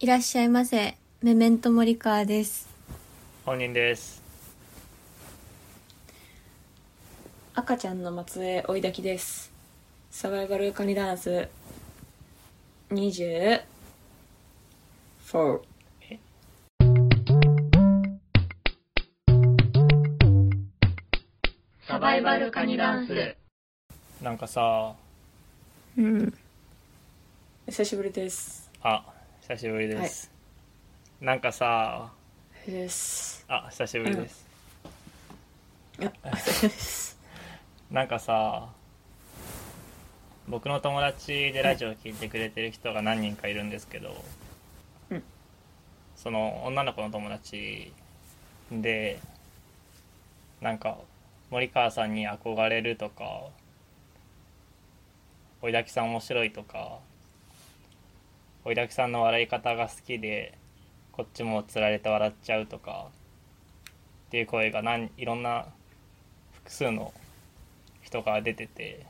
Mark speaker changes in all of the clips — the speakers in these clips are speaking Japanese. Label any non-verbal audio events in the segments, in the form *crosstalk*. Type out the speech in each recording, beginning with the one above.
Speaker 1: いらっしゃいませ。メメントモリカーです。
Speaker 2: 本人です
Speaker 3: 赤ちゃんの末裔追いだきですサバイバルカニダンス24
Speaker 2: サ
Speaker 3: バイバルカニダンス
Speaker 2: なんかさ
Speaker 1: うん。
Speaker 3: 久しぶりです
Speaker 2: あ久しぶりです、なんかさ
Speaker 3: です
Speaker 2: あ久しぶりです、
Speaker 3: あです
Speaker 2: なんかさ僕の友達でラジオ聞いてくれてる人が何人かいるんですけど、
Speaker 3: うん
Speaker 2: その女の子の友達でなんか森川さんに憧れるとかおいだきさん面白いとかおいだきさんの笑い方が好きでこっちもつられて笑っちゃうとかっていう声がなんいろんな複数の人が出てて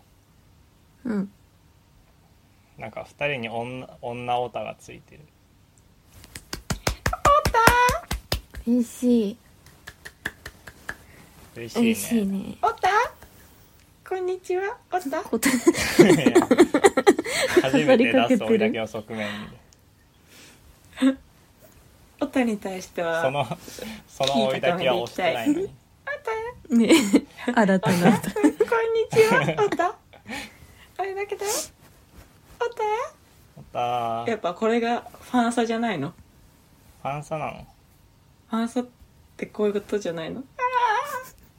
Speaker 1: うん。
Speaker 2: なんか2人に女女オタがついてる
Speaker 1: 嬉しい。
Speaker 2: 嬉しいね
Speaker 1: 嬉しいね。
Speaker 3: おったこんにちはおった
Speaker 1: こと、
Speaker 2: *laughs* 初めて出す
Speaker 1: 語
Speaker 2: 俺
Speaker 1: りかけてる
Speaker 2: だけの側面
Speaker 3: おったに対しては
Speaker 2: そのその追いだけは押してないのに
Speaker 3: おっ
Speaker 1: *laughs*
Speaker 3: た
Speaker 1: ね。新た *laughs* な。
Speaker 3: こんにちはおったあれだけだよおった
Speaker 2: また
Speaker 3: やっぱこれがファンサじゃないの
Speaker 2: ファンサなの
Speaker 3: ファンサってこういうことじゃないのああ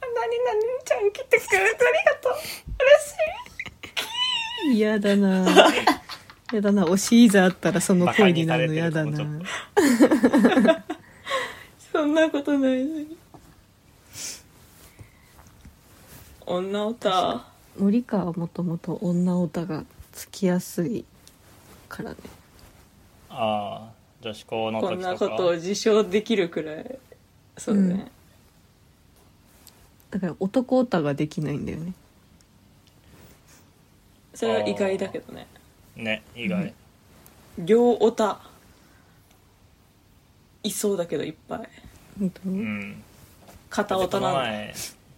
Speaker 3: 何々ちゃん来てくれてありがとう嬉しい
Speaker 1: 嫌だな。嫌だな。推しいざあったらその
Speaker 2: バカ
Speaker 1: 声に
Speaker 2: に
Speaker 1: な
Speaker 2: さ
Speaker 1: る
Speaker 2: れ
Speaker 1: の
Speaker 2: て
Speaker 1: 嫌
Speaker 2: る
Speaker 1: だ
Speaker 2: とこち
Speaker 1: *laughs*
Speaker 2: ょっ
Speaker 1: な
Speaker 2: と。
Speaker 3: そんなことないのに女オタ
Speaker 1: 森川はもともと女オタがつきやすいからね。
Speaker 2: ああ女子校の
Speaker 3: こん
Speaker 2: 時
Speaker 3: な
Speaker 2: と
Speaker 3: こ
Speaker 2: か
Speaker 3: とを自称できるくらいそうね、
Speaker 1: だから男オタができないんだよね。
Speaker 3: それは意外だけどね
Speaker 2: ね意外
Speaker 3: 両オタいそうだけどいっぱい
Speaker 1: 本当
Speaker 2: う
Speaker 1: に。
Speaker 2: んだ
Speaker 3: 片
Speaker 2: って
Speaker 3: オ
Speaker 2: こ
Speaker 3: タ
Speaker 2: の
Speaker 3: なんだ
Speaker 2: 前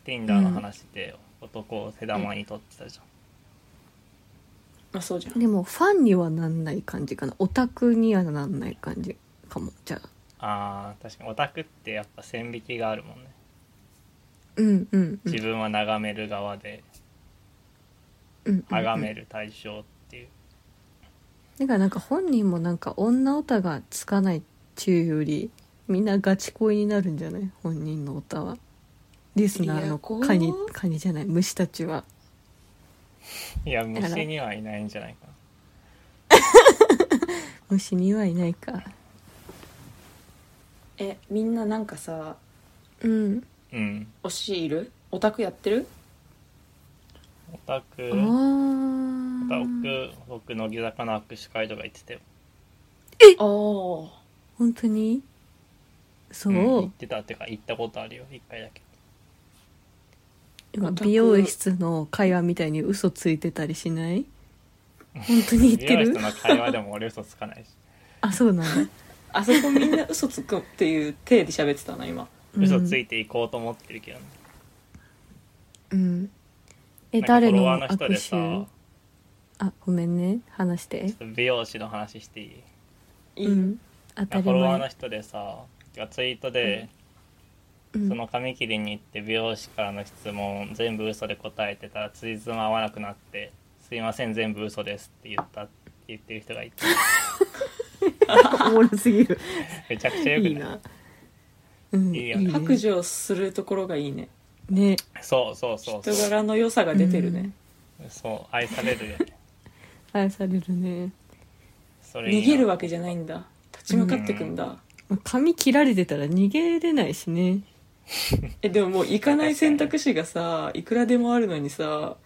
Speaker 2: Tinder の話で男を手玉に取ってたじゃん
Speaker 3: まあそうじゃん
Speaker 1: でもファンにはなんない感じかな。オタクにはなんない感じかも。じゃあ。
Speaker 2: あー確かにオタクってやっぱ線引きがあるもんね
Speaker 1: うんうんうん
Speaker 2: 自。分は眺める側で
Speaker 1: うんうんうん
Speaker 2: 崇める対象っていう
Speaker 1: だからなんか本人もなんか女オタがつかないっていうよりみんなガチ恋になるんじゃない本人のオタはリスナーの
Speaker 3: いや
Speaker 1: カニ
Speaker 3: こう
Speaker 1: カニじゃない虫たちはい
Speaker 2: や
Speaker 1: から
Speaker 2: 虫にはいないんじゃないかな
Speaker 1: 虫にはいないか
Speaker 3: えみんななんかさ
Speaker 1: うん
Speaker 2: うん
Speaker 3: 推しいるオタクやってる
Speaker 2: オタク
Speaker 1: あ
Speaker 2: オタ
Speaker 1: あ
Speaker 2: ク僕乃木坂の握手会とか行ってて
Speaker 3: ああ
Speaker 1: 本当にそう、
Speaker 2: うん行ってたっていうか行ったことあるよ一回だけ
Speaker 1: 今
Speaker 3: オタク
Speaker 1: 美容室の会話みたいに嘘ついてたりしない本当に言って
Speaker 2: 美容
Speaker 1: る
Speaker 2: 室の会話でも俺嘘つかないし
Speaker 1: あそうなんだ
Speaker 3: あそこみんな嘘つくっていう体で喋ってたな今
Speaker 2: 嘘つ
Speaker 1: い
Speaker 2: いていこうと思ってるけどね
Speaker 1: うんえ
Speaker 2: なんかフ
Speaker 1: 誰
Speaker 2: ォロ
Speaker 1: の
Speaker 2: ワーの人で
Speaker 1: 握
Speaker 2: さ
Speaker 1: 手あごめんね話して
Speaker 2: ちょっと美容師の話していい
Speaker 3: いい、
Speaker 1: うん当
Speaker 2: フ
Speaker 1: たり
Speaker 2: ォロワーの
Speaker 1: 前
Speaker 2: 人でさツイートで、
Speaker 1: うん
Speaker 2: その髪切りに行って美容師からの質問全部嘘で答えてたらついつま合わなくなって「すいません全部嘘です」って言ったって言ってる人がい
Speaker 3: *laughs*
Speaker 2: て
Speaker 1: おもろすぎる
Speaker 2: めちゃくちゃよくない
Speaker 1: いいなうん
Speaker 2: いい
Speaker 1: い
Speaker 2: よ
Speaker 1: い
Speaker 2: ね
Speaker 3: 白
Speaker 1: ね
Speaker 3: 状するところがいいね
Speaker 1: ね
Speaker 2: そうそうそうそ
Speaker 3: 人
Speaker 2: う
Speaker 3: 柄の良さが出てるね、
Speaker 2: そう愛されるよね
Speaker 1: 愛されるね
Speaker 2: それいい
Speaker 3: 逃
Speaker 2: な
Speaker 3: げるわけじゃないんだ立ち向かってくんだ、
Speaker 1: まあ髪切られてたら逃げれないしね
Speaker 3: えでももう行かない選択肢がさいくらでもあるのにさ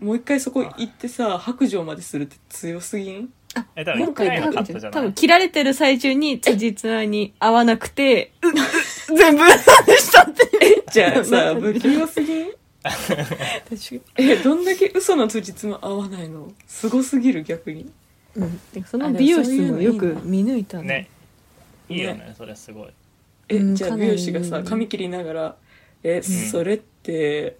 Speaker 3: もう一回そこ行ってさ白状までするって強すぎん
Speaker 2: え多分
Speaker 1: 今
Speaker 2: 1回
Speaker 1: 回
Speaker 2: の
Speaker 1: 多
Speaker 2: カットじゃ
Speaker 1: 分
Speaker 2: な
Speaker 1: 多分
Speaker 2: い
Speaker 1: 切られてる最中に辻褄に合わなくてうう全部 *laughs* 嘘でしたって
Speaker 3: じゃあ *laughs* さ
Speaker 1: なんか
Speaker 3: 不器用す *laughs* ぎんえどんだけ嘘のつじつま合わないのすごすぎる逆に
Speaker 1: うん、でそ
Speaker 3: あ
Speaker 1: の
Speaker 3: でも
Speaker 1: 美容室
Speaker 3: そう
Speaker 1: も
Speaker 3: いうのい
Speaker 1: よ
Speaker 3: いな
Speaker 1: く見抜いたの
Speaker 2: ねいいよねそれすごい
Speaker 3: え
Speaker 1: うん
Speaker 3: じゃあ
Speaker 1: かな
Speaker 3: 美
Speaker 1: り
Speaker 3: 容師がさ髪切りながら「え、それって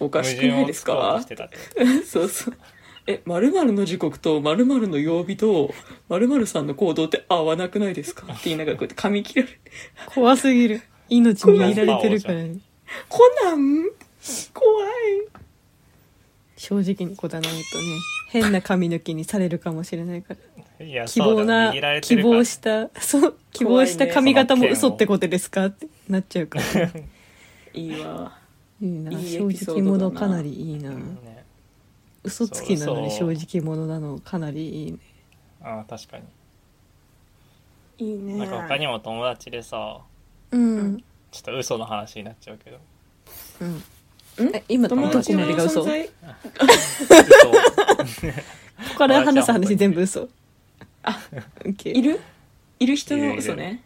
Speaker 3: おか
Speaker 2: 矛
Speaker 3: しく
Speaker 2: 盾
Speaker 3: ない
Speaker 2: を
Speaker 3: です
Speaker 2: 作ろうと
Speaker 3: か
Speaker 2: し?てたって」
Speaker 3: そうそう「えまるの時刻とまるの曜日とまるさんの行動って合わなくないですか?」って言いながらこうやって髪切られて
Speaker 1: 怖すぎる命に入れられてるからね
Speaker 3: 「コナン怖い
Speaker 1: 正直にこだわるとね変な髪の毛にされれるかもしれないから
Speaker 2: いや
Speaker 1: 希
Speaker 2: そう
Speaker 1: 望
Speaker 2: だよ
Speaker 1: な
Speaker 2: 握られて
Speaker 1: 希
Speaker 2: るか
Speaker 1: 望
Speaker 2: ら
Speaker 1: した *laughs* そう希望した髪型も
Speaker 2: 怖いね
Speaker 1: 嘘ってことですかってなっちゃうからい」
Speaker 3: いいわ
Speaker 1: いない
Speaker 3: いエピソー
Speaker 1: 正直者
Speaker 3: ドだな
Speaker 1: かなりいいな
Speaker 2: ね
Speaker 1: 嘘つきなのに
Speaker 2: そ
Speaker 1: 正
Speaker 2: う
Speaker 1: 直者なのかなりいいね
Speaker 2: あー確かに
Speaker 3: いいね
Speaker 2: なんか他にも友達でさ
Speaker 1: うん
Speaker 2: ちょっと嘘の話になっちゃうけど
Speaker 1: うんえ今
Speaker 3: 友達
Speaker 1: どこ
Speaker 3: の
Speaker 1: までが嘘
Speaker 3: 存
Speaker 1: こ *laughs*
Speaker 3: 在
Speaker 2: 嘘
Speaker 1: こから話す話全部嘘 *laughs*
Speaker 3: あ
Speaker 1: オッケ
Speaker 3: い
Speaker 1: ー
Speaker 3: るいる人の嘘ね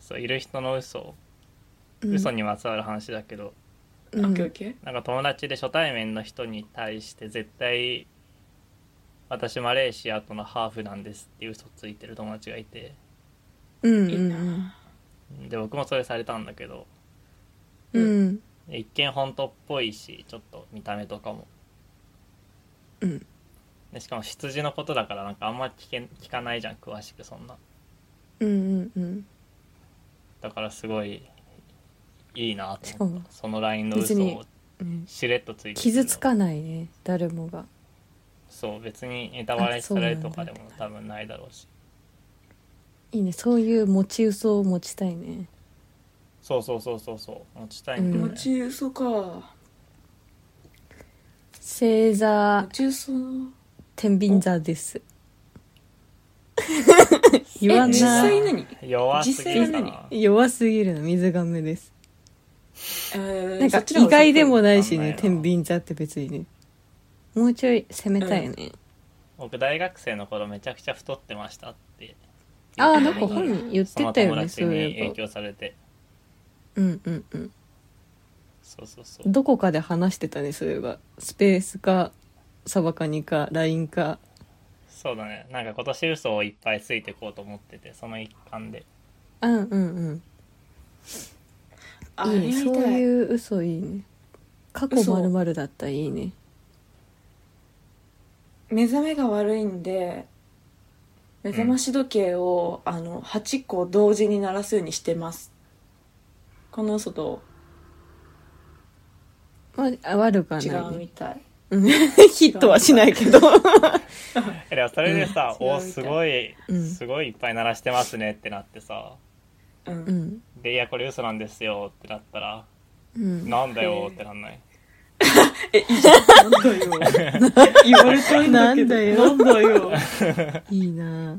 Speaker 2: そういる人の嘘
Speaker 1: うん
Speaker 2: 嘘にまつわる話だけど、
Speaker 3: オ
Speaker 1: う
Speaker 3: ッケーオッ
Speaker 1: ん
Speaker 3: ケー
Speaker 2: なんか友達で初対面の人に対して絶対私マレーシアとのハーフなんですっていう嘘ついてる友達がいて
Speaker 1: うん
Speaker 3: いいな
Speaker 2: で僕もそれされたんだけど
Speaker 1: うんうん
Speaker 2: 一見本当っぽいしちょっと見た目とかも
Speaker 1: うん
Speaker 2: でしかも羊のことだからなんかあんま聞け聞かないじゃん詳しくそんな
Speaker 1: うんうん
Speaker 2: だからすごいいいな
Speaker 1: し
Speaker 2: と
Speaker 1: か
Speaker 2: 思っ
Speaker 1: も
Speaker 2: たそのラインの
Speaker 1: 別
Speaker 2: 嘘
Speaker 1: に
Speaker 2: を
Speaker 1: うん
Speaker 2: しれっとついてくるの
Speaker 1: 傷つかないね誰もが
Speaker 2: そう別にネタバレされるとかで
Speaker 1: あ
Speaker 2: も
Speaker 1: そうなんだ
Speaker 2: 多分ないだろうし
Speaker 1: いいねそういう持ち嘘を持ちたいね
Speaker 2: そうそうそうそうそう持ちたいんだよ
Speaker 3: 持
Speaker 2: ね、
Speaker 3: ち嘘か
Speaker 1: 星座
Speaker 3: 持ち嘘
Speaker 1: 天秤座 *laughs* です。言わ
Speaker 3: え
Speaker 1: な
Speaker 3: 実
Speaker 1: い
Speaker 3: 際何
Speaker 2: 弱すぎるか
Speaker 3: 実際は
Speaker 2: な
Speaker 1: 弱すぎるの水亀です。な
Speaker 3: なん
Speaker 1: か意外でも
Speaker 3: ね
Speaker 1: ないし
Speaker 2: わ
Speaker 1: ね、
Speaker 2: かんない
Speaker 1: 天秤
Speaker 2: な
Speaker 1: 座って別にね。もうちょい攻めたいね。
Speaker 2: 僕大学生の頃めちゃくちゃ太ってましたって
Speaker 1: ああ、
Speaker 2: 言
Speaker 1: な
Speaker 2: っ
Speaker 1: ん
Speaker 2: て
Speaker 1: か
Speaker 2: たことある
Speaker 1: 本言ってたよね、
Speaker 2: そ
Speaker 1: そ
Speaker 2: の
Speaker 1: う
Speaker 2: 友達
Speaker 1: い
Speaker 2: に影
Speaker 1: えば。
Speaker 2: 響されて
Speaker 1: うんうんうん。
Speaker 2: そうそうそう
Speaker 1: どこかで話してたね、そういえば。スペースか、サバカニか、ラインか。
Speaker 2: そうだねなんか今年嘘をいっぱいついてこうと思っててその一環で
Speaker 1: うんうん
Speaker 3: あ
Speaker 1: うん。いいね。そういうう嘘いいね。過去
Speaker 3: 嘘
Speaker 1: まるまるだったらいいね。
Speaker 3: 目覚めが悪いんで目覚まし時計を、あの8個同時に鳴らすようにしてますこの嘘と
Speaker 1: まあ、悪くは
Speaker 3: 違
Speaker 1: な
Speaker 3: う
Speaker 1: いね。
Speaker 3: みたい
Speaker 1: うん *laughs* ヒットはしないけど。
Speaker 2: いやそれでさ、
Speaker 3: うん
Speaker 2: おすごい
Speaker 1: うん
Speaker 2: すごいいっぱい鳴らしてますねってなってさ
Speaker 3: うん、
Speaker 1: うん。
Speaker 2: でいやこれ嘘なんですよってなったら
Speaker 1: うん。
Speaker 2: なんだよってなんない
Speaker 3: *laughs* えいいじゃんなんだよ *laughs* 言われたいんだ
Speaker 1: な
Speaker 3: けど
Speaker 1: んだよ
Speaker 3: なんだよ
Speaker 1: いいなぁ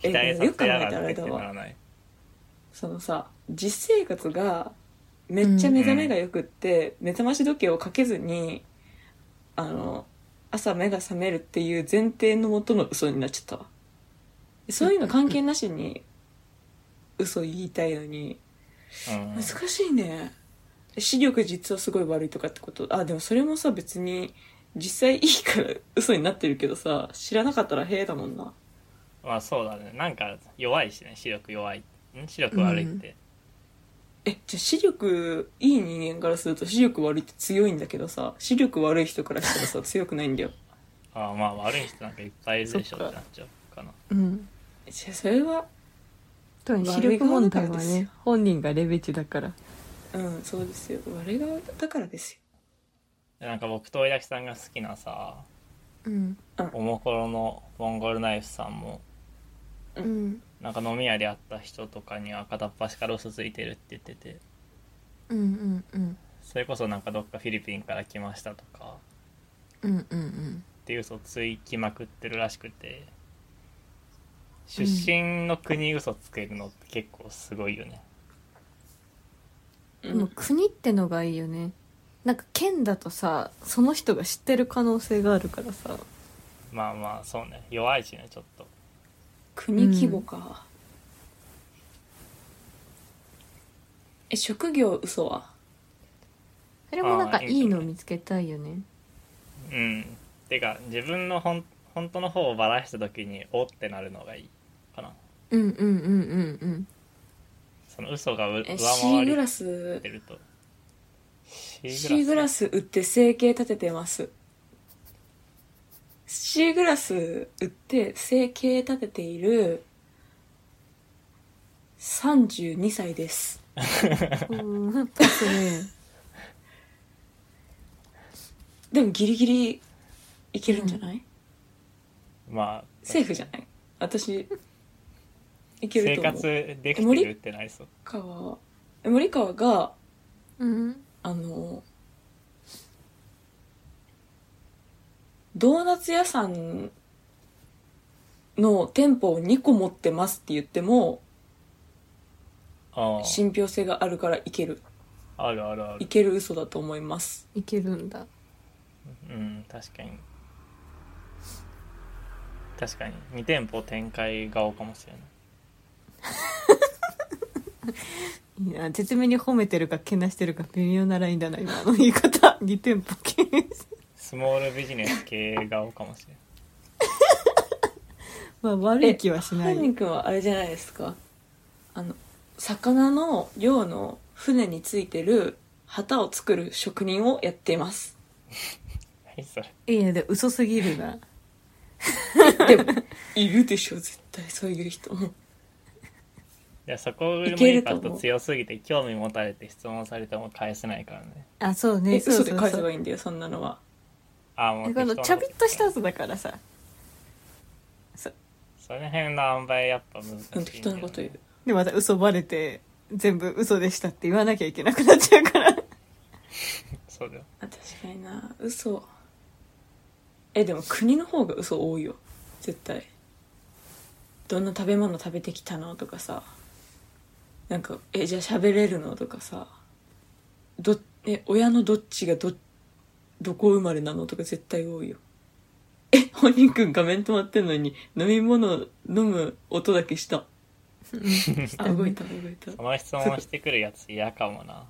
Speaker 2: 期
Speaker 3: え
Speaker 2: 待
Speaker 3: でも
Speaker 2: させ
Speaker 3: よく考
Speaker 2: て
Speaker 3: え
Speaker 2: や
Speaker 3: たら
Speaker 2: が
Speaker 3: あ
Speaker 2: って
Speaker 3: れ
Speaker 2: っ
Speaker 3: だ
Speaker 2: てな
Speaker 3: わ
Speaker 2: らない
Speaker 3: そのさ実生活がめっちゃ目覚めがよくって、目覚まし時計をかけずにあの朝目が覚めるっていう前提のもとの嘘になっちゃったわそういうの関係なしに嘘言いたいのに
Speaker 2: うん
Speaker 3: 難しいね視力実はすごい悪いとかってことあでもそれもさ別に実際いいから嘘になってるけどさ知らなかったらへえだもんな
Speaker 2: まあそうだねなんか弱いしね視力弱いん視力悪いって、
Speaker 3: えじゃあ視力いい人間からすると視力悪いって強いんだけどさ視力悪い人からしたらさ強くないんだよ
Speaker 2: ああまあ悪い人なんかいっぱいいるでしょってな
Speaker 3: そっか
Speaker 2: っちゃうかな
Speaker 1: うん。
Speaker 3: *laughs* じゃあそれは
Speaker 1: 特に視力問題はね、本人がレベチだから。
Speaker 3: うんそうですよ我がだからですよ
Speaker 2: でなんか僕と枝木さんが好きなさ
Speaker 1: うん。
Speaker 2: おもころのモンゴルナイフさんも
Speaker 1: うん。
Speaker 2: なんか飲み屋で会った人とかには片っ端から嘘ついてるって言ってて
Speaker 1: うんうんうん。
Speaker 2: それこそなんかどっかフィリピンから来ましたとか
Speaker 1: うんうんうん。
Speaker 2: っていう嘘つきまくってるらしくて出身の国嘘つけるのって結構すごいよね、
Speaker 3: う
Speaker 1: でも
Speaker 3: ん
Speaker 1: 国ってのがいいよね。なんか県だとさ、その人が知ってる可能性があるからさ。
Speaker 2: まあまあそうね弱いしねちょっと
Speaker 3: 国規模か、え職業嘘は
Speaker 1: それもなんか
Speaker 2: あー
Speaker 1: いいの見つけたいよね。
Speaker 2: うんてか自分のほん本当の方をばらした時におってなるのがいいかな
Speaker 1: うんうんうんうんうん
Speaker 2: その嘘がう上
Speaker 3: えシー
Speaker 2: 回
Speaker 3: グ
Speaker 2: り
Speaker 3: ラ
Speaker 2: っ
Speaker 3: ス
Speaker 2: てるとシ
Speaker 3: シーグラス売って生計立ててますシーグラス売って生計立てている32歳です
Speaker 1: *laughs* うんやっぱそれ
Speaker 3: でもギリギリいけるんじゃない、
Speaker 2: まあ
Speaker 3: セーフじゃない私いける
Speaker 2: 生
Speaker 3: と思う
Speaker 2: 活できてるってなりそう
Speaker 3: 川え森川が
Speaker 1: うん
Speaker 3: あのドーナツ屋さんの店舗を2個持ってますって言っても
Speaker 2: あー
Speaker 3: 信憑性があるからいける
Speaker 2: あるあるあ
Speaker 3: い
Speaker 2: る
Speaker 3: ける嘘だと思います
Speaker 1: いけるんだ
Speaker 2: うん確かに確かに2店舗展開顔かもしれない
Speaker 1: いや絶妙に褒めてるかけなしてるか微妙なラインだな今の言い方 *laughs* 2店舗経営
Speaker 2: スモールビジネス系顔かもしれない
Speaker 1: *laughs* まあ悪い気はしな
Speaker 3: 本
Speaker 1: い
Speaker 3: 人君はあれじゃないですかあの魚の漁の船についてる旗を作る職人をやってい
Speaker 1: *laughs*
Speaker 3: ます
Speaker 2: 何それ
Speaker 1: いやで嘘すぎるな
Speaker 3: でもいるでしょ絶対そういう人も
Speaker 2: いやそこの
Speaker 3: いけ
Speaker 2: イン
Speaker 3: ると
Speaker 2: パ
Speaker 3: 思う
Speaker 2: クト強すぎて興味持たれて質問されても返せないからね
Speaker 1: あそう
Speaker 3: え
Speaker 1: ねそうそ
Speaker 3: 嘘で
Speaker 1: う
Speaker 3: 返せ
Speaker 1: そう
Speaker 3: ばいいんだよそんなのは
Speaker 2: あーもう
Speaker 1: えこの
Speaker 2: 適
Speaker 1: ちゃ
Speaker 2: 当な
Speaker 1: び
Speaker 2: こ
Speaker 1: っとしたやつだからさ
Speaker 2: その辺の塩梅やっぱ難しい
Speaker 3: うんん
Speaker 2: だよね
Speaker 3: 適当なこと言う
Speaker 1: でまた嘘バレて全部嘘でしたって言わなきゃいけなくなっちゃうから
Speaker 2: そうだよ
Speaker 3: あ確かにな嘘えでも国の方が嘘多いよ絶対どんな食べ物食べてきたのとかさなんかえじゃあ喋れるのとかさどえ親のどっちがどどこ生まれなのとか絶対多いよえ本人くん画面止まってんのに飲み物飲む音だけしたあ動いた動いた
Speaker 2: その質問してくるやつ嫌かもな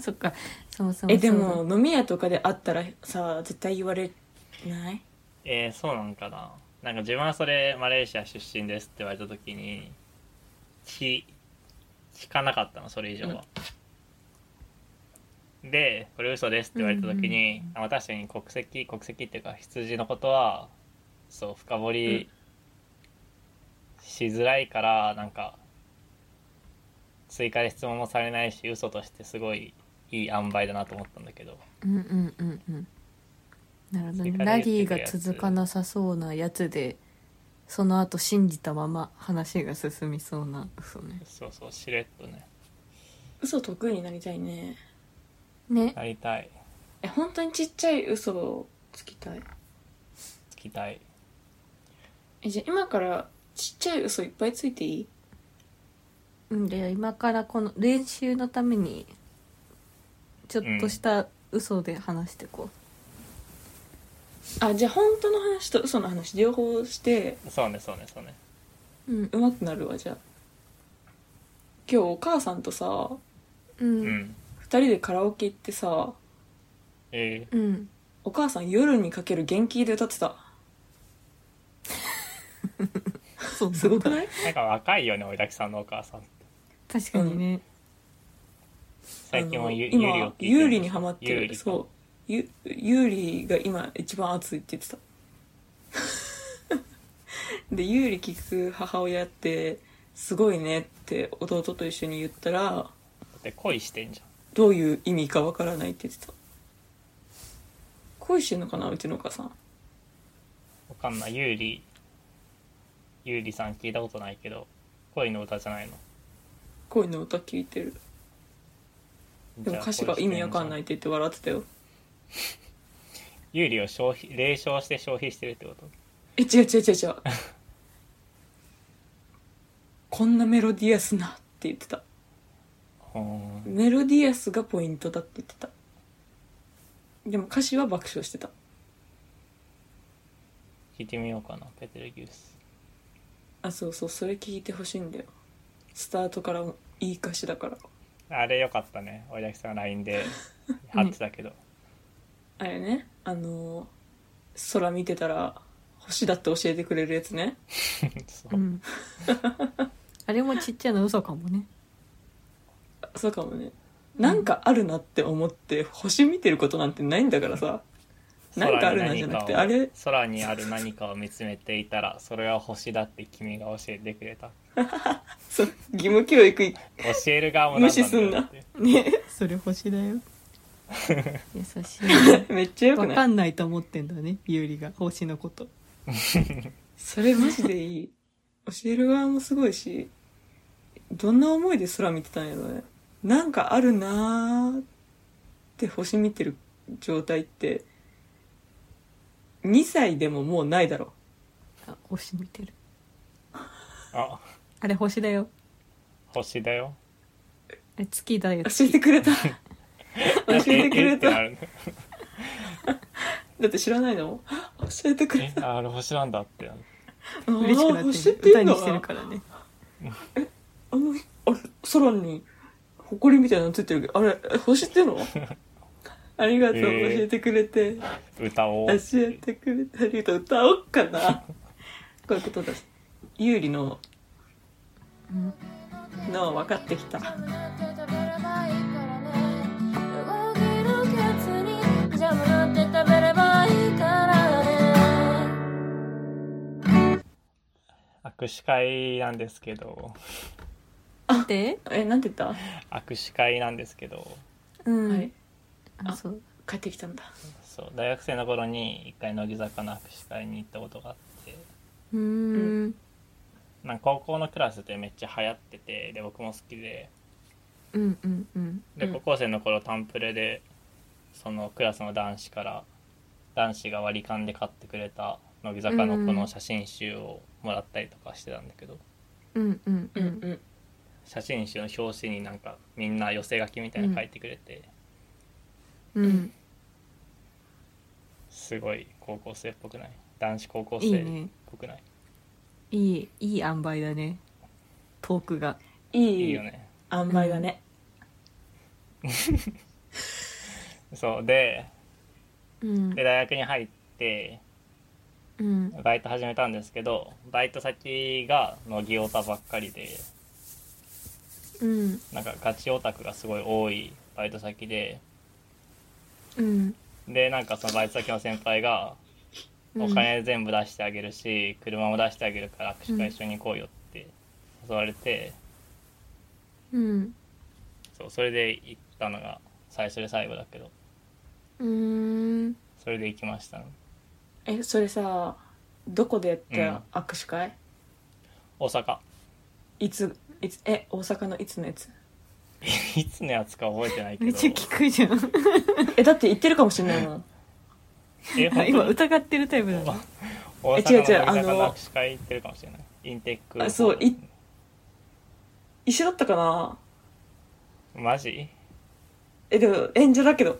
Speaker 1: そ *laughs* っかそもそも
Speaker 3: えで
Speaker 1: そう
Speaker 3: も飲み屋とかで会ったらさ絶対言われない
Speaker 2: えー、そうなんかななんか自分はそれマレーシア出身ですって言われた時に聞聞かなかったのそれ以上は、でこれ嘘ですって言われた時に、
Speaker 1: うんうんうん
Speaker 2: あまあ確かに国籍国籍っていうか羊のことはそう深掘りしづらいからなんか追加で質問もされないし嘘としてすごいいい塩梅だなと思ったんだけど
Speaker 1: だうんうんうんうんなるほど
Speaker 2: 追
Speaker 1: ね
Speaker 2: 加で
Speaker 1: ラ
Speaker 2: 言ってくる
Speaker 1: リー
Speaker 2: やつ
Speaker 1: が続かなさそうなやつでその後信じたまま話が進みそうな嘘ね
Speaker 2: そうそうしれっとね
Speaker 3: 嘘得意になりたいね
Speaker 1: ね
Speaker 2: なりたい
Speaker 3: え本当にちっちゃい嘘をつきたい
Speaker 2: つきたい
Speaker 3: えじゃあ今からちっちゃい嘘いっぱいついていい
Speaker 1: うんで今からこの練習のためにちょっとした嘘で話してこ
Speaker 3: あじゃあ本当の話と嘘の話両方して
Speaker 2: そうねそうねそうね
Speaker 1: ううん
Speaker 3: うまくなるわじゃあ今日お母さんとさ
Speaker 1: う
Speaker 2: うんん
Speaker 3: 2人でカラオケ行ってさ
Speaker 2: え
Speaker 1: うん
Speaker 3: お母さん夜にかける元気で歌って *laughs* た
Speaker 1: そう
Speaker 3: すごくない
Speaker 2: ー、なんか若いよねおいだきさんのお母さんって
Speaker 1: 確かにね
Speaker 2: 最近もゆ
Speaker 3: あ
Speaker 2: ゆ
Speaker 3: の
Speaker 2: りを聞い
Speaker 3: 今
Speaker 2: て
Speaker 3: 有利にハマって
Speaker 2: ゆり
Speaker 3: る
Speaker 2: か
Speaker 3: そうゆ有利が今一番熱いって言ってた *laughs* で有利聞く母親ってすごいねって弟と一緒に言ったら
Speaker 2: だって恋してんじゃ
Speaker 3: どういう意味かわからないって言ってた恋してんのかなうちのお母さん
Speaker 2: んわかんないゆりゆりさん聞いたことないけど恋の歌じゃないの
Speaker 3: 恋の歌聞いてるでも歌詞が意味わかんないって言って笑ってたよ
Speaker 2: ゆりを消費冷笑して消費してるってこと
Speaker 3: え違う違う違う *laughs* 違うこんなメロディアスなって言ってた
Speaker 2: ほーん
Speaker 3: メロディアスがポイントだって言ってたでも歌詞は爆笑してた
Speaker 2: 聞いてみようかなペテルギウス
Speaker 3: あそうそうそれ聞いてほしいんだよスタートからもいい歌詞だから
Speaker 2: あれよかったね
Speaker 3: *laughs*
Speaker 2: おいだきさんが LINE で貼ってたけど、
Speaker 3: あれねあのー空見てたら星だって教えてくれるやつね
Speaker 2: *laughs* そうう、
Speaker 1: ん、あれもちっちゃな嘘かもね
Speaker 3: そうかもねなんかあるなって思って星見てることなんてないんだからさなんかあるなじゃなくてあ
Speaker 2: 空に何
Speaker 3: れ
Speaker 2: かを空にある何かを見つめていたらそれは星だって君が教えてくれた
Speaker 3: そう義務教育
Speaker 2: 教える側もなんだよって
Speaker 1: ねそれ星だよ優し
Speaker 3: めっちゃ
Speaker 1: い
Speaker 3: よく
Speaker 1: わ
Speaker 3: な
Speaker 1: か
Speaker 3: い
Speaker 1: んないと思ってんだねゆうりが星のこと
Speaker 3: それマジでいい教える側もすごいしどんな思いで空見てたんやろねなんかあるなーって星見てる状態って2歳でももうないだろ
Speaker 1: あ星見てる
Speaker 2: あ
Speaker 1: あれ星だよ
Speaker 2: 星だよ
Speaker 1: あれ月だよ
Speaker 3: 教えてくれた教えてくれ
Speaker 2: ええって
Speaker 3: た
Speaker 2: なる
Speaker 3: だって知らないの教えてくれ
Speaker 2: え
Speaker 3: た
Speaker 2: ああれ星なんだってなる
Speaker 1: 嬉しくな
Speaker 3: あ
Speaker 1: っ
Speaker 3: ー星
Speaker 1: て
Speaker 3: っ
Speaker 1: る
Speaker 3: てい
Speaker 1: 歌
Speaker 3: うの
Speaker 1: に
Speaker 3: は
Speaker 1: してるからね
Speaker 3: あのあれ空に埃みたいなのついてるけどあれえ星っていう
Speaker 1: *laughs*
Speaker 3: のありがとう、
Speaker 2: えー
Speaker 3: 教えてくれて
Speaker 2: 歌おう
Speaker 3: 教えてくれてありがとう歌おうかな *laughs* こういうことだ有利の
Speaker 1: うん
Speaker 3: の分かってきた
Speaker 4: 「動けるケツにジャムなんて食べればいいからね」
Speaker 2: 握手会なんですけど
Speaker 1: 見て
Speaker 3: えなんて言った、
Speaker 2: 握手会なんですけど
Speaker 1: うん、
Speaker 3: はい
Speaker 1: あそう
Speaker 3: 帰ってきたんだ
Speaker 2: そう大学生の頃に一回乃木坂の握手会に行ったことがあって
Speaker 1: うーん
Speaker 2: なんか高校のクラスでめっちゃ流行っててで僕も好きで
Speaker 1: うんうんうん
Speaker 2: で高校生の頃タンプレでそのクラスの男子から男子が割り勘で買ってくれた乃木坂のこの写真集をもらったりとかしてたんだけど
Speaker 1: うんうんうんうん
Speaker 3: ん
Speaker 2: 写真集の表紙になんかみんな寄せ書きみたいなの書いてくれて、
Speaker 1: うん
Speaker 2: すごい高校生っぽくない男子高校
Speaker 1: いい
Speaker 2: 生っ
Speaker 1: ね
Speaker 2: ぽくない
Speaker 1: いいいい塩梅だねトークが
Speaker 3: い
Speaker 2: い
Speaker 3: い
Speaker 2: いよね
Speaker 3: 塩梅だね、
Speaker 2: そうで
Speaker 1: うん
Speaker 2: で大学に入って
Speaker 1: うん
Speaker 2: バイト始めたんですけどバイト先が乃木オタばっかりで
Speaker 1: うん
Speaker 2: なんかガチオタクがすごい多いバイト先で
Speaker 1: うん
Speaker 2: でなんかそのバイト先の先輩が「
Speaker 1: うん
Speaker 2: お金全部出してあげるし、車も出してあげるから握手会一緒に行こうよ」って誘われて、
Speaker 1: うん
Speaker 2: そうそれで行ったのが最初で最後だけど
Speaker 1: うーん
Speaker 2: それで行きましたね
Speaker 3: えそれさどこでやった握手会、
Speaker 2: 大阪 *laughs*
Speaker 3: いついつえ大阪のいつのやつ
Speaker 2: いつのやつか覚えてないけ
Speaker 1: めっちゃ
Speaker 2: ど
Speaker 1: 聞くじゃん
Speaker 3: えだって言ってるかもしれないも *laughs* ん
Speaker 2: え本当
Speaker 1: *laughs*
Speaker 2: に
Speaker 1: 今疑ってるタイプだね
Speaker 2: 大
Speaker 3: え違う違
Speaker 2: 阪
Speaker 3: う
Speaker 2: の乃木
Speaker 3: あ
Speaker 2: 坂
Speaker 3: の
Speaker 2: の握手会行ってるかもしれないインテック
Speaker 3: あそうい一緒だったかな
Speaker 2: マジ
Speaker 3: えでも演者だけど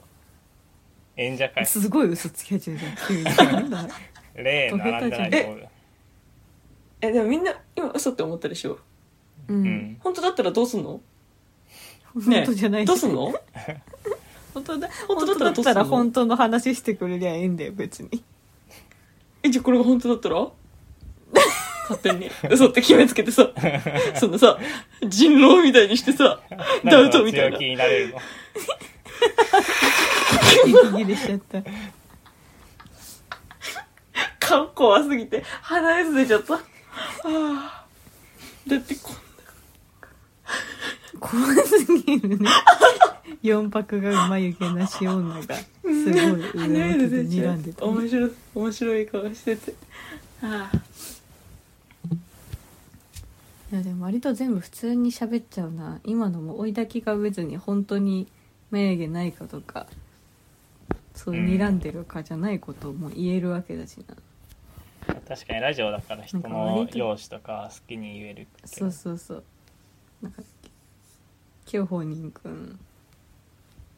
Speaker 2: 演者会
Speaker 1: すごい嘘つき始めた急になんだ
Speaker 2: 例並んでない
Speaker 3: え
Speaker 2: と思う
Speaker 3: えでもみんな今嘘って思ったでしょ
Speaker 1: *laughs* う
Speaker 2: うんん
Speaker 3: 本当だったらどうすんのね
Speaker 1: 本当じゃないし
Speaker 3: どうすんの
Speaker 1: 本当だ
Speaker 3: 本
Speaker 1: 本当だ
Speaker 3: 当だったらどうすんの
Speaker 1: ったら本当の話してくれりゃいいんだよ別に
Speaker 3: えじゃあこれが本当だったら勝手に嘘って決めつけてさそのさ人狼みたいにしてさダ
Speaker 2: なん
Speaker 3: ウ
Speaker 2: か
Speaker 3: トみた
Speaker 2: 強
Speaker 3: いな
Speaker 2: 気になれるの
Speaker 1: 息切れしちゃった
Speaker 3: 顔怖すぎて鼻水出ちゃったああだってこん
Speaker 1: 怖すぎる *laughs* ね四拍がうまゆげなし女がすごい上向きで
Speaker 3: 鼻水出ちゃ
Speaker 1: 睨
Speaker 3: うん
Speaker 1: でた、
Speaker 3: 面白い面白い顔しててああ
Speaker 1: いやでも割と全部普通に喋っちゃうな今のも追いだきが別に本当に眉毛ないかとかそう
Speaker 2: うん
Speaker 1: 睨んでるかじゃないことも言えるわけだしな、
Speaker 2: 確かにラジオだから人の容姿とか好きに言えるけ
Speaker 1: そ
Speaker 2: ど
Speaker 1: うそうそうなんか今日本人くん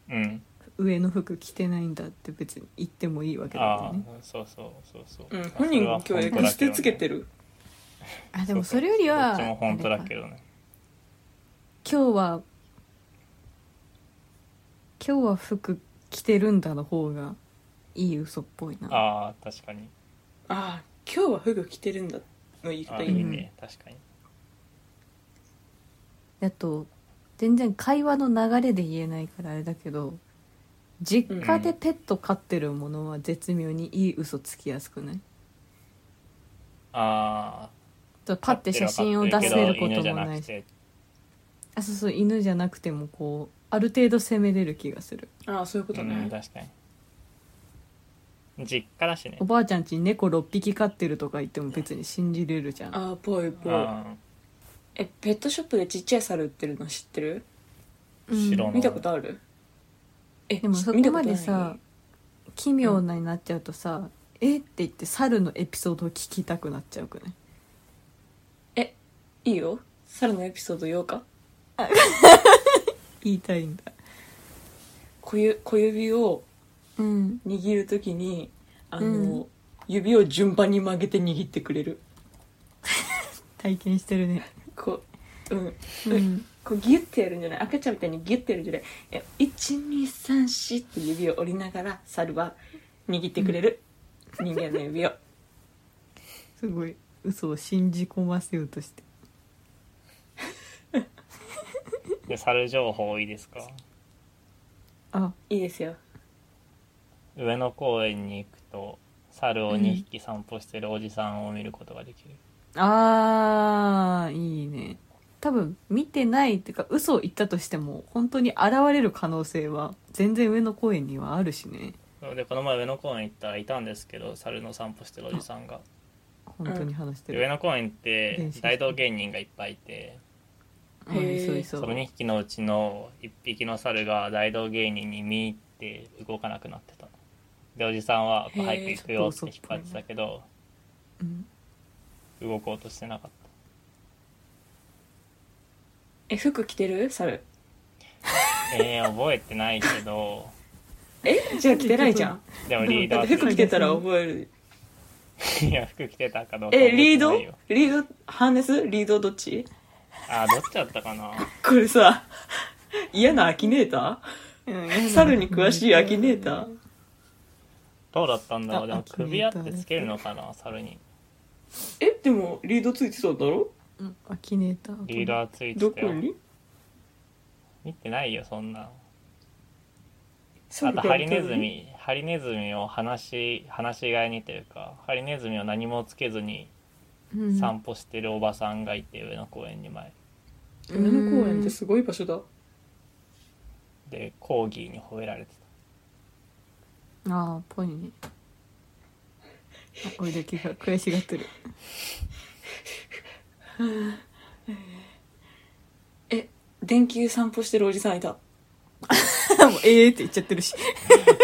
Speaker 2: うん
Speaker 1: 上の服着てないんだって別に言ってもいいわけだ
Speaker 2: あ
Speaker 1: よ
Speaker 2: あ
Speaker 1: ね
Speaker 2: そうそうそうそう、
Speaker 3: うん本人が今日エクステつけて
Speaker 2: る
Speaker 3: る
Speaker 1: あでもそれよりは
Speaker 2: どっちも本当だ
Speaker 1: あ
Speaker 2: け
Speaker 1: れか
Speaker 2: どね
Speaker 1: 今日は今日は服着てるんだの方がいい嘘っぽいな
Speaker 2: ああ確かに
Speaker 3: ああ今日はフグ着てるんだの言い
Speaker 2: あ
Speaker 3: 方
Speaker 2: ー
Speaker 3: い
Speaker 2: い
Speaker 3: い
Speaker 2: い
Speaker 3: ね
Speaker 2: ね確かに
Speaker 1: あと全然会話の流れで言えないからあれだけど実家でペット飼ってるものは絶妙にいい嘘つきやすくない、
Speaker 2: ああ
Speaker 1: パッて写真を出せることもないし
Speaker 2: て
Speaker 1: あそうそう犬じゃなくてもこうある程度攻めれる気がする
Speaker 3: ああそういうこと
Speaker 2: う
Speaker 3: ね
Speaker 2: ん、確かに実家だしね
Speaker 1: おばあちゃんちに猫6匹飼ってるとか言っても別に信じれるじゃん
Speaker 3: ああぽいぽい
Speaker 2: あ
Speaker 3: えペットショップでちっちゃい猿売ってるの知ってる
Speaker 1: うん
Speaker 2: 知らん
Speaker 3: 見たことあるえ
Speaker 1: でもそこ
Speaker 3: 見た
Speaker 1: ま
Speaker 3: とな
Speaker 1: で
Speaker 3: い
Speaker 1: さ奇妙なになっちゃうとさ、えって言って猿のエピソードを聞きたくなっちゃうくない
Speaker 3: いいよ猿のエピソード言おうか
Speaker 1: 言いたいんだ
Speaker 3: 小ゆ小指を
Speaker 1: うん
Speaker 3: 握るときにあの、
Speaker 1: う
Speaker 3: 指を順番に曲げて握ってくれる
Speaker 1: 体験してるね
Speaker 3: こううん
Speaker 1: うん
Speaker 3: こうギュッてやるんじゃない赤ちゃんみたいにギュッてやるんじゃないえ1234って指を折りながら猿は握ってくれる、人間の指を
Speaker 1: すごい嘘を信じ込ませようとして
Speaker 2: ーで猿情報いいですか
Speaker 1: あ
Speaker 3: *laughs* いいですよ
Speaker 2: 上野公園に行くと猿を2匹散歩してるおじさんを見ることができる、
Speaker 1: あーいいね多分見てないっていうか嘘を言ったとしても本当に現れる可能性は全然上野公園にはあるしね
Speaker 2: なのでこの前上野公園行ったらいたんですけど猿の散歩してるおじさんが
Speaker 1: 本当に話して
Speaker 2: で
Speaker 1: る、
Speaker 2: 上野公園って
Speaker 1: 練習して
Speaker 2: 大道芸人がいっぱいいて
Speaker 1: うん
Speaker 3: へー
Speaker 1: いそういそ
Speaker 2: そうの2匹のうちの1匹の猿が大道芸人に見入って動かなくなってたでおじさんは「
Speaker 3: へー
Speaker 2: 早く行くよ」って引っ張ってたけど
Speaker 1: うん
Speaker 2: 動こうとしてなかっ
Speaker 3: え服着てる猿
Speaker 2: たえー、覚えてないけ
Speaker 3: *laughs*
Speaker 2: ど
Speaker 3: えじゃあ着てないじゃん
Speaker 2: でもリー
Speaker 3: だ
Speaker 2: ド
Speaker 3: っ
Speaker 2: はつ
Speaker 3: て
Speaker 2: い
Speaker 3: 服着てたら覚える
Speaker 2: いや服着てたかどうか覚
Speaker 3: え
Speaker 2: えてないよ
Speaker 3: リードリードハーネスリードどっち
Speaker 2: あーどっちだったかな
Speaker 3: これさ *laughs* 嫌なアキネーター *laughs* 猿に詳しいアキネーター
Speaker 2: どうだったんだろ
Speaker 1: あ
Speaker 2: うでも
Speaker 1: 悪夢
Speaker 2: 首輪ってつけるのかな猿に
Speaker 3: えでもリードついてたんだろ
Speaker 1: うんアキネーター
Speaker 2: リードはついて
Speaker 3: ど
Speaker 2: た
Speaker 3: こ
Speaker 2: よ
Speaker 3: に
Speaker 2: 見てないよそんなあ
Speaker 3: 猿が
Speaker 2: とハリネズミハリネズミを話し話し飼いにというかハリネズミを何もつけずに
Speaker 1: うん
Speaker 2: 散歩してるおばさんがいて、上野公園に前
Speaker 3: 上野公園ってすごい場所だ
Speaker 2: でコーギーに吠えられて
Speaker 1: ああぽいねあおいできが悔しがってる
Speaker 3: え電球散歩してるおじさんいた
Speaker 1: *laughs* もうええって言っちゃってるし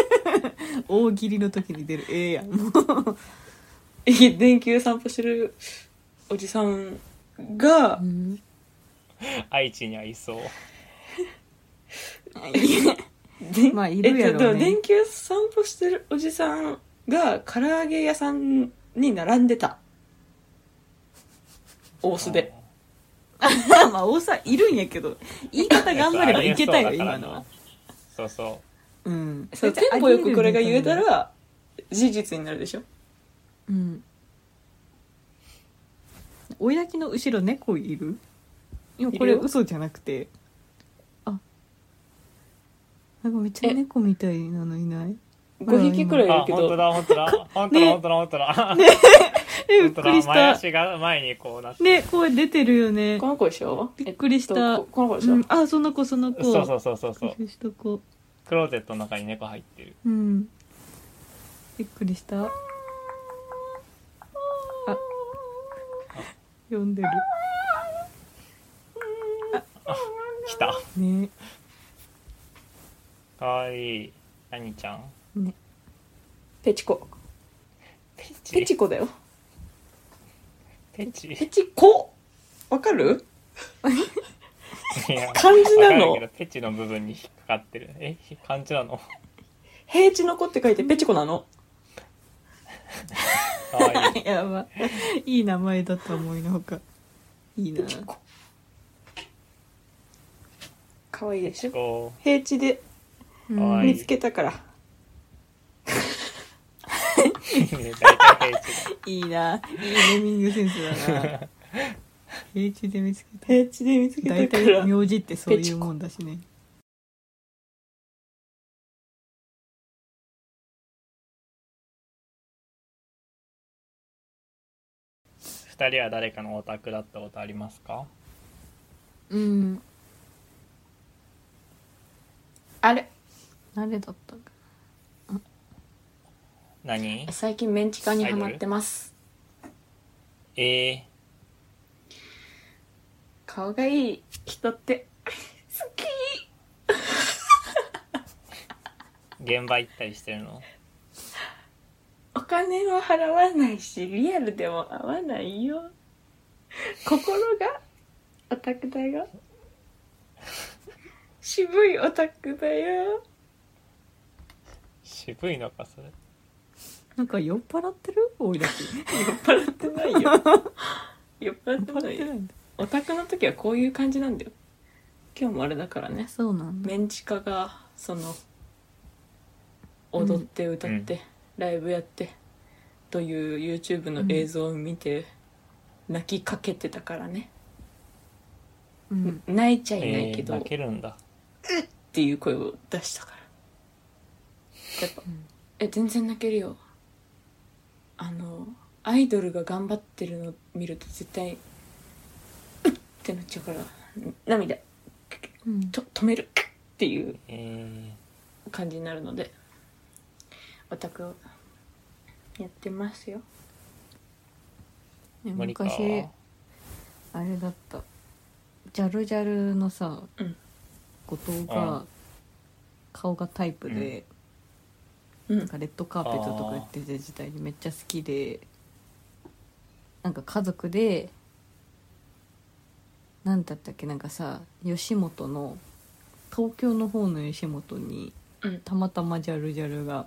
Speaker 1: *laughs* 大喜利の時に出るええやんもう、
Speaker 3: え電球散歩してるおじさんが
Speaker 2: た愛知にはいそう
Speaker 3: 電
Speaker 1: まあいるやろうね
Speaker 3: えでも電球散歩してるおじさんが唐揚げ屋さんに並んでた大須で
Speaker 1: まあ大さいるんやけど言い方頑張ればいけたよ
Speaker 2: *laughs*
Speaker 1: 今のは
Speaker 2: そうそ
Speaker 1: うん
Speaker 3: そう
Speaker 1: それ
Speaker 3: テンポよくこれが言えたら事実になるでしょ
Speaker 1: うん追い焚きの後ろ猫いる今これ
Speaker 3: いるよ
Speaker 1: 嘘じゃなくてあなんかめっちゃ猫みたいなのいない
Speaker 3: 5匹くら
Speaker 2: う
Speaker 3: いい
Speaker 2: あ
Speaker 3: るけ
Speaker 2: 本当
Speaker 3: ど
Speaker 2: だ本
Speaker 1: *laughs*
Speaker 2: 当だ本当だ本当だ本当だ
Speaker 1: えびっ
Speaker 2: 本当
Speaker 1: くり
Speaker 2: だ
Speaker 1: し
Speaker 2: 前
Speaker 1: た
Speaker 2: 足が前にこうなって
Speaker 1: ね声出てるよね
Speaker 3: この子でしょ
Speaker 1: びっくりした
Speaker 3: えっとここの子でし
Speaker 1: う
Speaker 3: ょ、
Speaker 1: ん、あその子その子
Speaker 2: そうそうそうそうそ
Speaker 1: び
Speaker 2: う
Speaker 1: っくりした子
Speaker 2: クローゼットの中に猫入ってる
Speaker 1: うんびっくりしたあ読んでる
Speaker 2: 来た
Speaker 1: ね
Speaker 2: かわいい何ちゃん
Speaker 1: ね *laughs*
Speaker 3: ペチコ
Speaker 2: ペチ
Speaker 3: ペチコだよ
Speaker 2: ペチ
Speaker 3: ペチコわかる
Speaker 2: いや
Speaker 3: 漢字なの
Speaker 2: わかるけどペチの部分に引っかかってるえ漢字なの
Speaker 3: 平地の子って書いてペチコなの
Speaker 2: かわ
Speaker 1: *laughs*
Speaker 2: いい
Speaker 1: やばいい名前だと思いのほかいいな
Speaker 3: ペチコかわいいでしょ
Speaker 2: こう
Speaker 3: 平地で
Speaker 1: う
Speaker 2: かわい
Speaker 1: ん
Speaker 2: い
Speaker 3: 見つけたから
Speaker 2: *laughs* 大体平地だ
Speaker 1: いいな。いいネーミングセンスだな。平地で見つけ
Speaker 3: 平地で見つけ
Speaker 1: た。大
Speaker 3: たか
Speaker 1: 体
Speaker 3: ら
Speaker 1: 名字ってそういうもんだしね。
Speaker 2: 二人は誰かのオタクだったことありますか
Speaker 1: うん。
Speaker 3: あれ
Speaker 1: 慣れだったか。
Speaker 2: 何
Speaker 3: 最近メンチカンにハマってます
Speaker 2: ええ
Speaker 3: 顔がいい人って好き
Speaker 2: 現場行ったりしてるの
Speaker 3: お金は払わないしリアルでも合わないよ心がオタクだよ渋いオタクだよ
Speaker 2: 渋いのかそれ
Speaker 1: なんか酔っ払ってるおいだけ。
Speaker 3: 酔っ払ってないよ酔っ払っ
Speaker 1: 酔って払っ
Speaker 3: ない
Speaker 1: て
Speaker 3: よ
Speaker 1: ないんだ。
Speaker 3: オタクの時はこういう感じなんだよ今日もあれだからね
Speaker 1: そうなんだ。
Speaker 3: メンチカがその踊って歌って、ライブやってという YouTube の映像を見て泣きかけてたからね、
Speaker 1: うん。
Speaker 3: 泣いちゃいない
Speaker 2: ええ
Speaker 3: けど、
Speaker 2: 泣けるんだ
Speaker 3: っていう声を出したからやっぱ
Speaker 1: ん
Speaker 3: 「え全然泣けるよ」あのアイドルが頑張ってるの見ると絶対「うっ!」ってなっちゃうから涙
Speaker 1: うん。
Speaker 3: と止めるっていう
Speaker 2: ええ
Speaker 3: 感じになるのでオタクをやってますよ
Speaker 1: ね
Speaker 2: 森川
Speaker 1: 昔
Speaker 2: は
Speaker 1: あれだったジャルジャルのさ、
Speaker 3: うん
Speaker 1: 後藤が、
Speaker 2: う
Speaker 1: 顔がタイプで、
Speaker 3: うん
Speaker 1: なんかレッドカーペットとかやってた時代にめっちゃ好きでなんか家族でなんだったっけなんかさ吉本の東京の方の吉本に
Speaker 3: うん
Speaker 1: たまたまジャルジャルが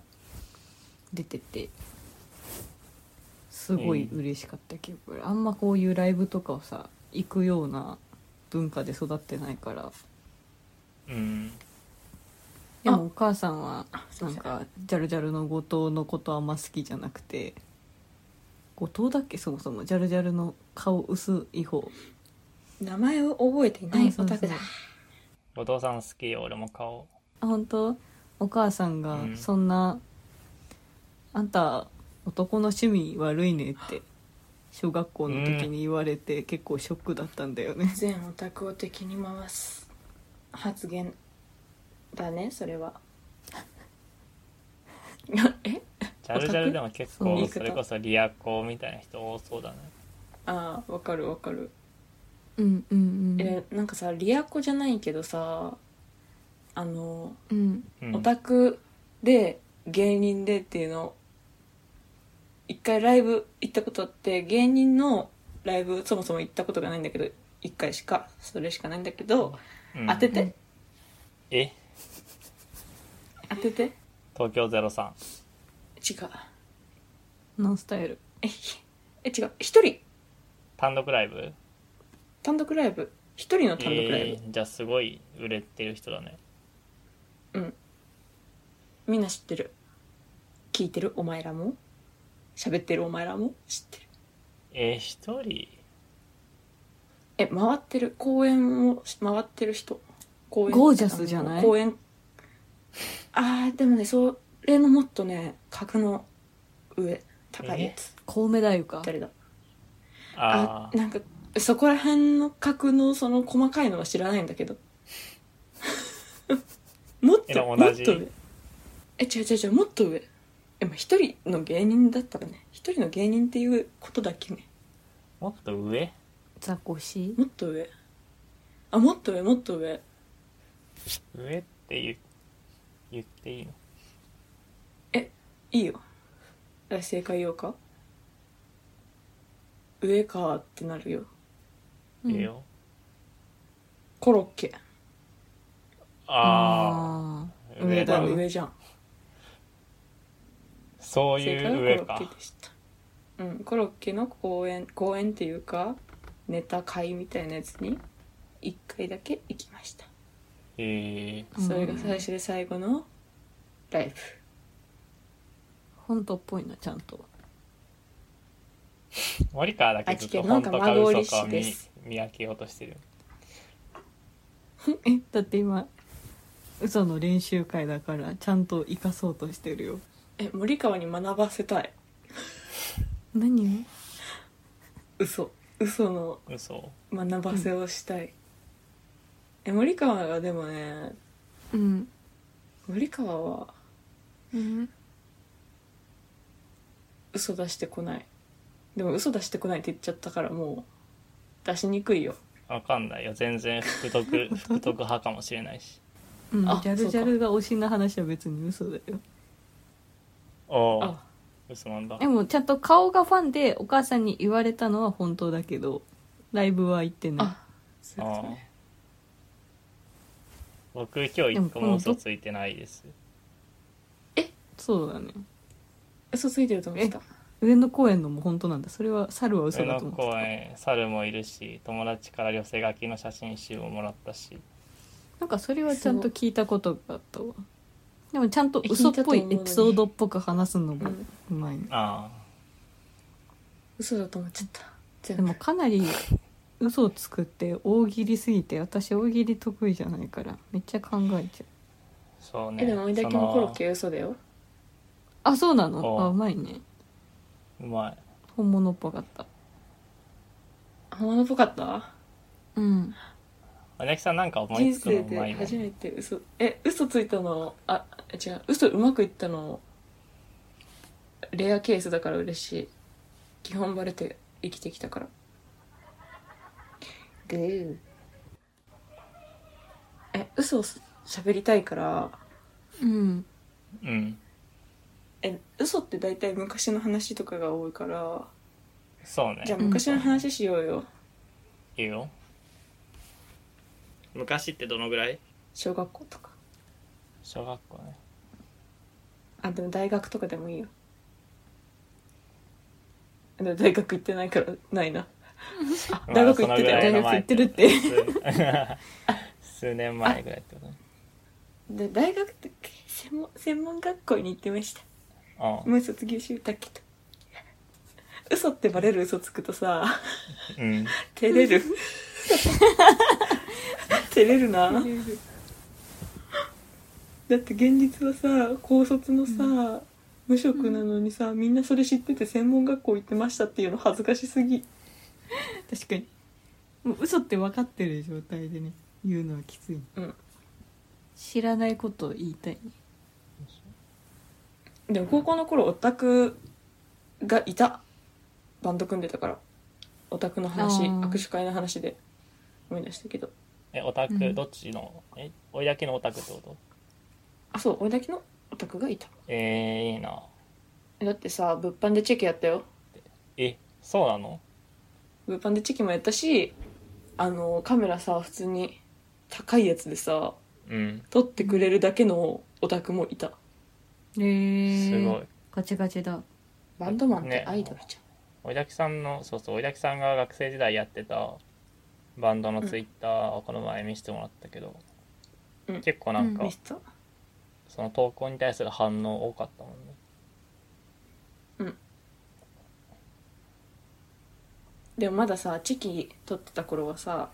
Speaker 1: 出ててすごい嬉しかった記憶があるあんまこういうライブとかをさ行くような文化で育ってないから
Speaker 2: うん
Speaker 1: でもお母さんは
Speaker 3: すい
Speaker 1: な
Speaker 3: ま
Speaker 1: ん
Speaker 3: せん
Speaker 1: かジャルジャルの後藤のことあんま好きじゃなくて後藤だっけそもそもジャルジャルの顔薄い方
Speaker 3: 名前を覚えていない
Speaker 1: そ
Speaker 3: オ
Speaker 1: うそう
Speaker 3: タクだ
Speaker 2: お父さん好きよ俺も顔
Speaker 1: あ本当お母さんが
Speaker 2: うん
Speaker 1: そんな、あんた男の趣味悪いねって小学校の時に言われて結構ショックだったんだよね、
Speaker 3: 全オタクを敵に回す発言だねそれは *laughs* え
Speaker 2: ジャルジャルでも
Speaker 1: オ
Speaker 2: 結
Speaker 1: タ
Speaker 2: 構
Speaker 1: ク
Speaker 2: それこそリアコみたいな人多そうだね
Speaker 3: ああわかるわかる、
Speaker 1: うん、うん
Speaker 3: えなんかさリア子じゃないけどさあの、
Speaker 1: うん
Speaker 2: うん
Speaker 3: オタクで芸人でっていうのを一回ライブ行ったことあって芸人のライブそもそも行ったことがないんだけど一回しかそれしかないんだけど、
Speaker 2: うん
Speaker 3: 当てて
Speaker 2: え
Speaker 3: 当てて違う
Speaker 2: 東京ゼロ三
Speaker 1: ノンスタイル
Speaker 3: えひえ違う一人
Speaker 2: 単独ライブ
Speaker 3: 単独ライブ一人の単独ライ
Speaker 2: えーじゃあすごい売れてる人だね
Speaker 3: ブ、うんみんな知ってる聞いてるお前らも喋ってるお前らも知ってる
Speaker 2: えー、一人
Speaker 3: え回ってる公園を回ってる人公園
Speaker 1: ゴージャスじゃない
Speaker 3: あの公園あーでもねそれのもっとね格の上高いやつ
Speaker 1: コウメ太夫か
Speaker 3: 誰だ
Speaker 2: あ
Speaker 3: あ
Speaker 2: ー
Speaker 3: なんかそこら辺の格のその細かいのは知らないんだけど *laughs* もっ
Speaker 2: えで
Speaker 3: とも
Speaker 2: も
Speaker 3: っ
Speaker 2: 同じ
Speaker 3: と上え違う違う違うもっと上えまあ一人の芸人だったらね一人の芸人っていうことだけね
Speaker 2: もっと上
Speaker 1: ザコシ
Speaker 3: もっと上あもっと上もっと上
Speaker 2: 上って言う言っていいの
Speaker 3: いいよあ正解言おうか上かってなるよ
Speaker 1: うん
Speaker 2: いいよ
Speaker 3: コロッケ
Speaker 2: ああ
Speaker 1: ー上
Speaker 2: 上
Speaker 1: だ
Speaker 2: だ
Speaker 1: ね
Speaker 3: 上じゃん
Speaker 2: そう
Speaker 3: 正
Speaker 2: いう
Speaker 3: 解
Speaker 2: 上
Speaker 3: はコロッ
Speaker 2: か
Speaker 3: ケでしたうんコロッケの公演公演っていうかネタ会みたいなやつに1回だけ行きました
Speaker 2: えー、
Speaker 1: うん
Speaker 3: それが最初で最後のライブ
Speaker 1: 本当っぽいなちゃんと
Speaker 2: 森川だけずっと
Speaker 3: 愛知県の
Speaker 2: 本当か嘘
Speaker 3: 蒲
Speaker 2: かを
Speaker 3: 郡市で
Speaker 2: 見
Speaker 3: す
Speaker 2: 見分けようとしてる
Speaker 1: *laughs* えだって今嘘の練習会だからちゃんと生かそうとしてるよ
Speaker 3: え森川に学ばせたい
Speaker 1: 何を
Speaker 3: 嘘嘘の
Speaker 2: 嘘
Speaker 3: 学ばせをしたい、え森川がでもね
Speaker 1: うん
Speaker 3: 森川は
Speaker 1: うん
Speaker 3: 嘘出してこないでも嘘出してこないって言っちゃったからもう出しにくいよ
Speaker 2: わかんないよ全
Speaker 3: *laughs*
Speaker 2: 然福徳福徳派かもしれないし
Speaker 1: うん、ジ
Speaker 3: あ
Speaker 1: ャルジャルが推しの話は別に嘘だよ
Speaker 2: おお
Speaker 3: あ
Speaker 2: 嘘なんだ
Speaker 1: でもちゃんと顔がファンでお母さんに言われたのは本当だけどライブは行ってな
Speaker 3: あそういうことね
Speaker 2: 僕今日一個も嘘ついてないです
Speaker 1: いそうだね
Speaker 3: 嘘ついてると思ってた
Speaker 1: 上野公園のも本当なんだそれは猿は嘘
Speaker 2: 上
Speaker 1: だ
Speaker 2: 野
Speaker 1: と思って
Speaker 2: 公
Speaker 1: た
Speaker 2: 園猿もいるし友達から寄せ書きの写真集をもらったし
Speaker 1: なんかそれはちゃんと聞いたことがあったわでもちゃんと嘘っぽいエピソードっぽく話すの
Speaker 3: う
Speaker 1: も
Speaker 3: ん
Speaker 1: うまいね
Speaker 2: あ
Speaker 3: 嘘だと思っちゃった全
Speaker 1: で
Speaker 3: 部
Speaker 1: もかなり嘘をつくって大喜利すぎて私大喜利得意じゃないからめっちゃ考えちゃう
Speaker 2: あそうね
Speaker 3: えでも追いだけのコロッケは嘘だよ
Speaker 1: あそうな
Speaker 2: お
Speaker 1: の
Speaker 2: う
Speaker 1: あうまいね
Speaker 2: そのうまい
Speaker 1: 本物っぽかった
Speaker 3: 本物っぽかった
Speaker 1: うん
Speaker 2: おねきさんなんか思い
Speaker 3: 人
Speaker 2: つくの
Speaker 3: 生
Speaker 2: うま
Speaker 3: で
Speaker 2: いもん
Speaker 3: 初めて嘘え嘘ついたのあ違う嘘うまくいったのレアケースだから嬉しい基本バレて生きてきたからグーえ嘘を喋りたいから
Speaker 1: うん
Speaker 2: うん
Speaker 3: え嘘って大体昔の話とかが多いから
Speaker 2: そうね
Speaker 3: じゃあ昔の話しようよ
Speaker 2: いいよ昔ってどのぐらい
Speaker 3: 小学校とか
Speaker 2: 小学校ね
Speaker 3: あでも大学とかでもいいよでも大学行ってないからないなあ
Speaker 2: まあ
Speaker 3: 大学行ってた
Speaker 2: そのぐら
Speaker 3: よ
Speaker 2: いの
Speaker 1: 大学行ってるって
Speaker 2: 数 *laughs* 数年前ぐらいってことね
Speaker 3: で大学って専門専門学校に行ってました
Speaker 2: う
Speaker 3: もう卒業しだけど嘘ってバレる嘘つくとさ
Speaker 2: *laughs* んうん
Speaker 3: 照れる照れるなだって現実はさ高卒のさ、無職なのにさみんなそれ知ってて専門学校行ってましたっていうの恥ずかしすぎ
Speaker 1: 確かにもう嘘って分かってる状態でね言うのはきつい、
Speaker 3: うん
Speaker 1: 知らないことを言いたい
Speaker 3: でも高校の頃オタクがいたバンド組んでたからオタクの話
Speaker 1: あー
Speaker 3: 握手会の話で思い出したけど
Speaker 2: えオタク、
Speaker 1: うん
Speaker 2: どっちのえ追いだけのオタクってこと
Speaker 3: あそう俺だけのオタクがいた
Speaker 2: えー、いいな
Speaker 3: だってさ物販でチェキやったよ
Speaker 2: えそうなの
Speaker 3: 物販でチェキもやったしあのカメラさ普通に高いやつでさ
Speaker 2: うん
Speaker 3: 撮ってくれるだけのオタクもいた
Speaker 1: へえ
Speaker 2: すごい
Speaker 1: ガチガチだ
Speaker 3: バンドマンってアイドルじ
Speaker 2: 追いだきさんのそうそう追いだきさんが学生時代やってたバンドのツイッターをこの前見せてもらったけど、
Speaker 3: うん
Speaker 2: 結構なん
Speaker 3: ゃ
Speaker 2: か、
Speaker 3: ん、ミスター
Speaker 2: その投稿に対する反応多かったもんね
Speaker 3: でもまださチェキ撮ってた頃はさ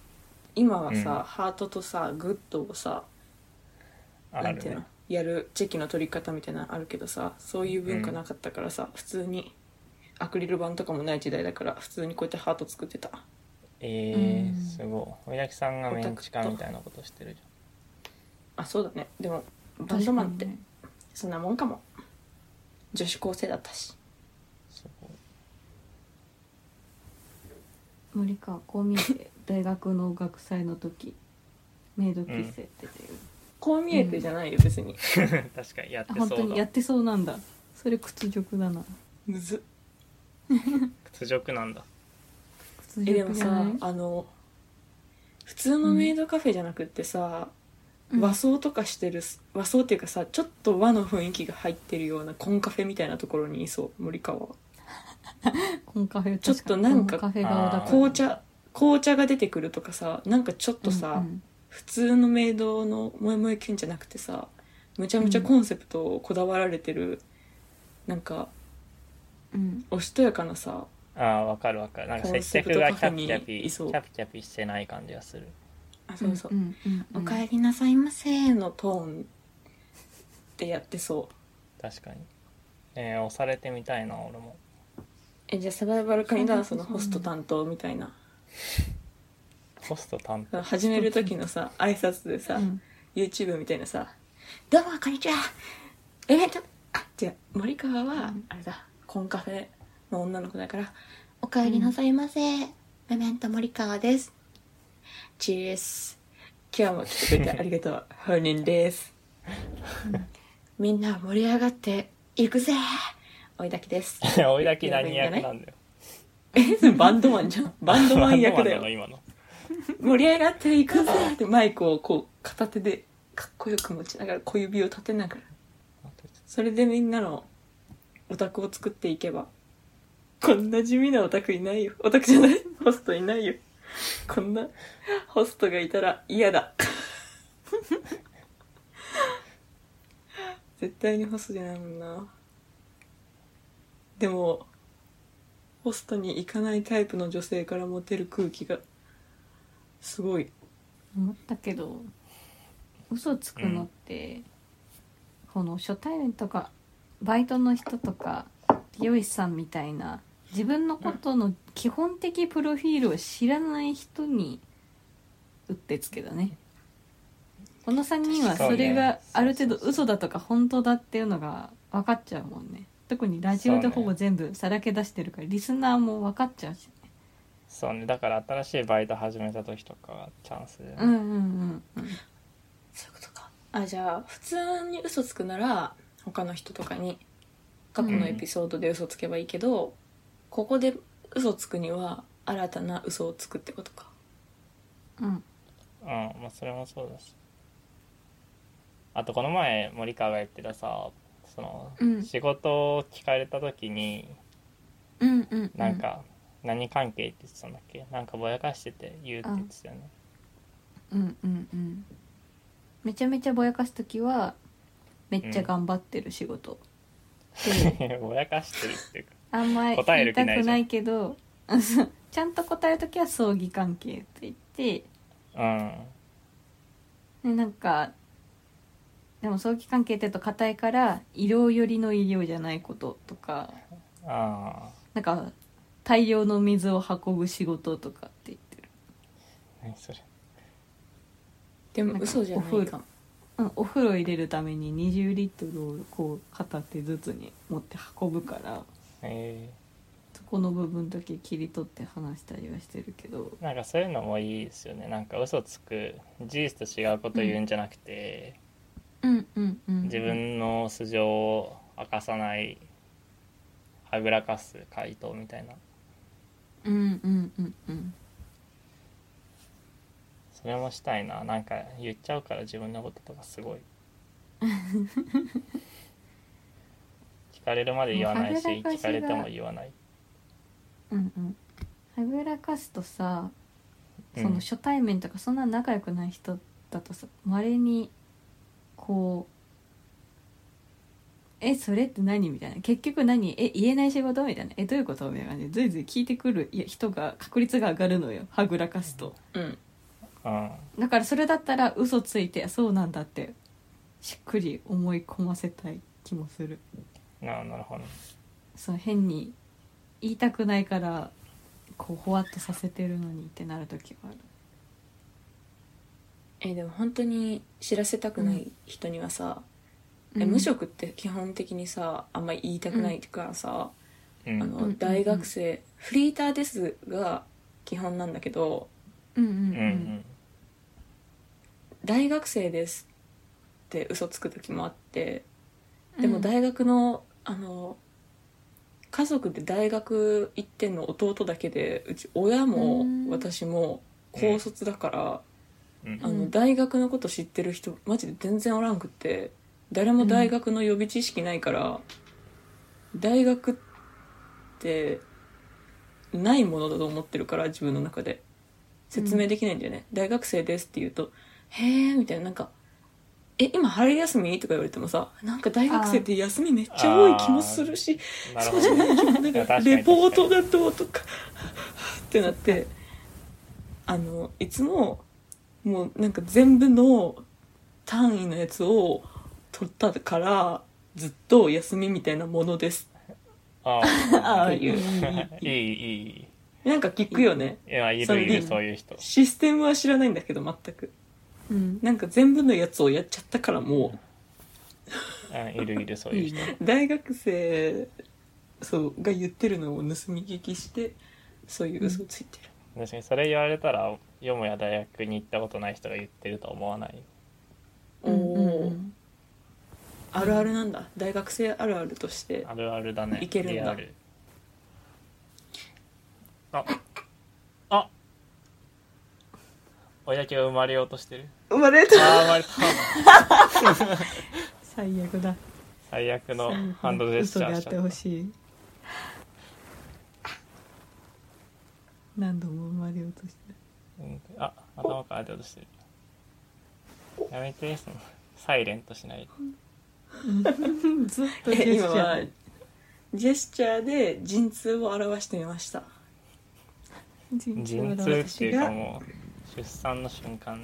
Speaker 3: 今はさ、ハートとさグッドをさ
Speaker 2: あ
Speaker 3: な
Speaker 2: あ
Speaker 3: ん
Speaker 2: る
Speaker 3: ていうの
Speaker 2: ね
Speaker 3: やるチェキの取り方みたいなのあるけどさそういう文化なかったからさ、普通にアクリル板とかもない時代だから普通にこうやってハート作ってた
Speaker 2: えー
Speaker 1: うん
Speaker 2: すごい追いだきさんがメンチカみたいなことしてるじ
Speaker 3: あそうだねでもバンドマンっ
Speaker 1: 確
Speaker 3: て
Speaker 1: かにね
Speaker 3: そんなもんかも女子高生だったし
Speaker 2: ゃんすごい
Speaker 1: 森川こう見えて大学の学祭の時メイド喫茶やってたよ、
Speaker 3: こう見えてじゃないよ別に、
Speaker 2: *laughs* 確かにやって
Speaker 1: あ
Speaker 2: そう
Speaker 1: 本当にや
Speaker 2: だ
Speaker 1: ってそうなんだそれ屈辱だな
Speaker 3: むずっ
Speaker 2: 屈辱なんだ
Speaker 1: 屈
Speaker 3: えで
Speaker 1: 辱
Speaker 3: も
Speaker 1: じゃな
Speaker 3: さ
Speaker 1: い
Speaker 3: あの普通のメイドカフェじゃなくってさ、
Speaker 1: うん
Speaker 3: 和装とかしてる和装っていうかさちょっと和の雰囲気が入ってるようなコンカフェみたいなところにいそう森川は
Speaker 1: コンカフェ
Speaker 3: ちょっとなんか
Speaker 1: コンカフェ顔だ
Speaker 2: あー
Speaker 1: から
Speaker 2: こう
Speaker 3: 紅茶紅茶が出てくるとかさなんかちょっと
Speaker 1: う
Speaker 3: さ、
Speaker 1: ん
Speaker 3: 普通のメイドのモヤモヤキュンじゃなくてさむちゃむちゃコンセプトをこだわられてる、なんか
Speaker 4: うん
Speaker 3: おしとやかなさ
Speaker 2: ああわかるわかるなんか接客がキャピキャピ
Speaker 3: コ
Speaker 2: キ
Speaker 3: ンセプトカフェにいそう
Speaker 2: ャピキャピしてない感じがする
Speaker 3: あそうそう、
Speaker 4: んうん
Speaker 3: おかえりなさいませ」のトーンでやってそう
Speaker 2: 確かにえー、押されてみたいな俺も
Speaker 3: えじゃあサバイバルカニダンスのホスト担当みたいな
Speaker 2: ホスト担当
Speaker 3: 始める時のさ挨拶でさ、
Speaker 4: うん
Speaker 3: YouTube みたいなさ「どうもこんにちは」えっとあ違う森川はあれだコンカフェの女の子だから「おかえりなさいませ、メメント森川です」「チーズ今日も来てくれてありがとう本人です」みんな盛り上がっていくぜおいだきです」
Speaker 2: 追いだき何役なんだよ
Speaker 3: えそれバンドマンじゃんバンドマン役だ
Speaker 2: バンドマンなの
Speaker 3: よ
Speaker 2: 今の
Speaker 3: 盛り上がっていくぜってマイクをこう片手でかっこよく持ちながら小指を立てながらそれでみんなのオタクを作っていけばこんな地味なオタクいないよオタクじゃないホストいないよこんなホストがいたら嫌だ *laughs* 絶対にホストじゃないもんなでもホストに行かないタイプの女性からモテる空気がすごい
Speaker 1: 思ったけど嘘つくのって、この初対面とかバイトの人とか美容師さんみたいな自分のことの基本的プロフィールを知らない人にうってつけだねこの3人はそれがある程度嘘だとか本当だっていうのが分かっちゃうもんね特にラジオでほぼ全部さらけ出してるからリスナーも分かっちゃうしね
Speaker 2: そうねだから新しいバイト始めた時とかがチャンスで、
Speaker 1: うんうんうん
Speaker 3: そういうことか。あ、じゃあ、普通に嘘つくなら、他の人とかに、過去のエピソードで嘘つけばいいけど、ここで嘘つくには、新たな嘘をつくってことか。
Speaker 1: うん
Speaker 2: うんまあそれもそうだしあとこの前森川が言ってたさその、
Speaker 4: うん
Speaker 2: 仕事を聞かれた時に
Speaker 4: うんうん
Speaker 2: なんか、何関係って言ってたんだっけなんかぼやかしてて言うって言ってたよね、
Speaker 4: うんうんうん
Speaker 1: めちゃめちゃぼやかす時はめっちゃ頑張ってる仕事、
Speaker 2: *laughs* ぼやかしてるっていうか
Speaker 1: あんまり
Speaker 2: 答え
Speaker 1: 言
Speaker 2: る
Speaker 1: い
Speaker 2: 気
Speaker 1: た
Speaker 2: ないじゃん
Speaker 1: くないけどちゃんと答える時は葬儀関係って言って
Speaker 2: う
Speaker 1: でなんかでも葬儀関係って言うと硬いから医療寄りの医療じゃないこととか
Speaker 2: んあ
Speaker 1: なんか大量の水を運ぶ仕事とかって言ってる、
Speaker 2: あ何それ
Speaker 3: でも
Speaker 1: なんか
Speaker 3: 嘘じゃないかも。
Speaker 1: うん、お風呂入れるために20リットルをこう片手ずつに持って運ぶから
Speaker 2: え
Speaker 1: そこの部分だけ切り取って話したりはしてるけど
Speaker 2: ー、なんかそういうのもいいですよねなんか嘘つく事実と違うこと言うんじゃなくて、
Speaker 4: うんうんうん
Speaker 2: 自分の素性を明かさないはぐらかす回答みたいな
Speaker 4: うんうんうんうん
Speaker 2: それもしたいななんか言っちゃうから自分のこととかす
Speaker 3: *laughs*
Speaker 2: ごい聞かれるまで言わないし
Speaker 1: もうはぐらかし
Speaker 2: 聞
Speaker 1: が
Speaker 2: かれても言わない、
Speaker 1: うんうんはぐらかすとさ
Speaker 2: うん
Speaker 1: その初対面とかそんな仲良くない人だとさまれにこう「えそれって何?」みたいな「結局何え言えない仕事?」みたいな「えどういうこと?」みたいな感じでずいずい聞いてくるいや人が確率が上がるのよはぐらかすと
Speaker 3: うん。
Speaker 2: うん
Speaker 1: だからそれだったら嘘ついてそうなんだってしっくり思い込ませたい気もする
Speaker 2: ななるほど
Speaker 1: そう変に言いたくないからこうほわっとさせてるのにってなる時がある
Speaker 3: え、でも本当に知らせたくない人にはさ、
Speaker 4: うん
Speaker 3: え無職って基本的にさ、あんまり言いたくないからさ、
Speaker 2: うん
Speaker 3: あ
Speaker 4: うんうんう
Speaker 3: の、
Speaker 4: ん
Speaker 3: 大学生、フリーターですが基本なんだけど、
Speaker 4: うん
Speaker 2: うんうん
Speaker 3: 大学生ですって嘘つく時もあって
Speaker 4: うん
Speaker 3: でも大学の、あの家族で大学行ってんの弟だけでうち親も
Speaker 4: うん
Speaker 3: 私も高卒だから、
Speaker 2: うん
Speaker 3: あの大学のこと知ってる人マジで全然おらんくって誰も大学の予備知識ないから、大学ってないものだと思ってるから自分の中で説明できないんだよね、大学生ですって言うと「へえ」みたいななんか「え今春休みとか言われてもさなんか大学生って休みめっちゃ多い気もするし
Speaker 2: なる
Speaker 3: そ
Speaker 2: ほ
Speaker 3: うじゃ
Speaker 2: ど
Speaker 3: な
Speaker 2: ね
Speaker 3: い気もなん
Speaker 2: *laughs* いや確
Speaker 3: か
Speaker 2: かに
Speaker 3: レポートがどうとかってなってあのいつももうなんか全部の単位のやつを取ったからずっと休みみたいなものです
Speaker 2: あ
Speaker 3: あ
Speaker 2: あ
Speaker 3: *laughs* あ
Speaker 2: い
Speaker 3: い
Speaker 2: いう *laughs* いいい
Speaker 3: なんか聞くよね
Speaker 2: いやい
Speaker 3: そ
Speaker 2: る
Speaker 3: れ
Speaker 2: い
Speaker 3: で
Speaker 2: るそういう人
Speaker 3: システムは知らないんだけど全く
Speaker 1: うん
Speaker 3: なんか全部のやつをやっちゃったからも
Speaker 2: うんいるいるそう *laughs* いう人
Speaker 3: う *laughs* 大学生そうが言ってるのを盗み聞きしてそういう嘘ついてる、
Speaker 2: 確かにそれ言われたらよもや大学に行ったことない人が言ってるとは思わない
Speaker 1: うん
Speaker 3: おお、
Speaker 1: うん
Speaker 3: あるあるなんだ大学生あるあるとして
Speaker 2: あるあるだね
Speaker 3: いけるんだ
Speaker 2: リアルああおやけが生まれようとしてる
Speaker 3: 生まれ
Speaker 2: あー生まれた
Speaker 1: 最悪だ
Speaker 2: 最悪のハンドジェスチャー
Speaker 1: 嘘が
Speaker 2: しちゃ
Speaker 1: あってほ
Speaker 2: っ
Speaker 1: しい何度も生まれよう
Speaker 3: *laughs*
Speaker 1: として
Speaker 2: たうんあ頭から出ようとしてるやめてそのサイレントしない
Speaker 1: るずっとジ
Speaker 3: え
Speaker 1: ェス
Speaker 3: *laughs*
Speaker 1: チ
Speaker 3: 今
Speaker 1: ャ
Speaker 3: は
Speaker 1: ー
Speaker 3: ジェスチャーで陣痛を表してみました
Speaker 1: 陣
Speaker 2: 陣痛っていうかもう出産の瞬間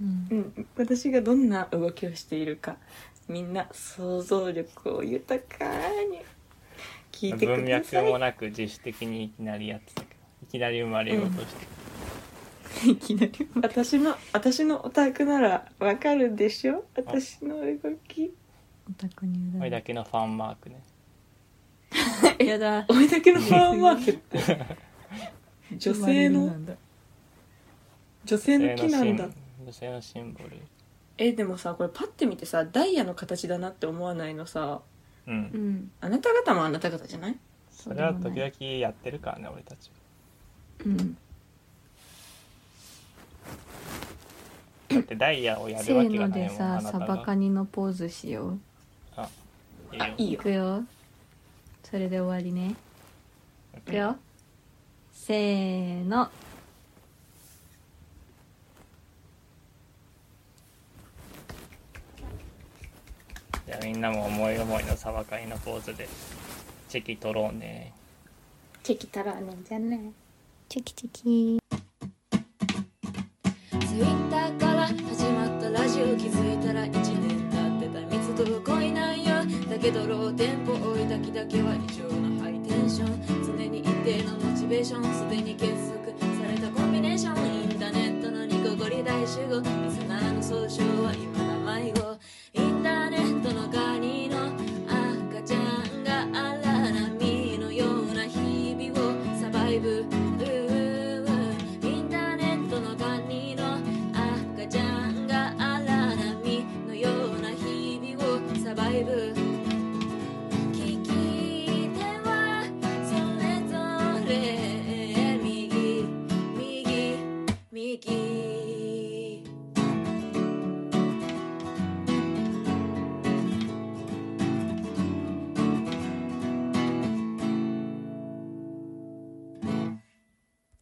Speaker 1: うん
Speaker 3: うん私がどんな動きをしているかみんな想像力を豊かに聞いて
Speaker 2: 文
Speaker 3: くだ
Speaker 2: 脈
Speaker 3: さい
Speaker 2: もなく自主的にいきなりやってたけどいきなり生まれようとして、
Speaker 1: いきなり
Speaker 3: 私の私のオタクならわかるでしょ私の動き
Speaker 1: お宅に
Speaker 2: これ
Speaker 1: 裏
Speaker 2: だけのファンマークね
Speaker 1: やだ
Speaker 3: 俺だけのファンマークって女性
Speaker 1: 生まれるな
Speaker 3: の
Speaker 1: んだ
Speaker 3: 女性の木なんだ
Speaker 2: 女性のシンボル
Speaker 3: えでもさこれパッて見てさダイヤの形だなって思わないのさ
Speaker 2: うん、
Speaker 1: うん
Speaker 3: あなた方もあなた方じゃない
Speaker 1: そ
Speaker 2: それは時々やってるからね俺たち
Speaker 1: うん
Speaker 2: だってダイヤをや
Speaker 1: せ
Speaker 2: るわけ
Speaker 1: ーの
Speaker 2: がな
Speaker 1: で
Speaker 2: いもんあ
Speaker 1: さサ
Speaker 2: なた
Speaker 1: バ
Speaker 2: が
Speaker 1: カニのポーズしよう
Speaker 2: いいよ
Speaker 3: あいい
Speaker 1: い
Speaker 3: よ
Speaker 1: くよそれで終わりねいくよせーの
Speaker 2: じゃあみんなも思い思いのサバカニのポーズでチェキ取ろうね
Speaker 4: チェキたらねじゃね
Speaker 1: チェキチェキ
Speaker 4: ツイッターから始まったラジオ気づいたら1年経ってた密度不恋なんよだけどローテンポ追いだきだけは異常なハイテンション常に一定のモチベーションすでに結束されたコンビネーションインターネットのニコゴリ大集合リスナーの総称は今だ迷子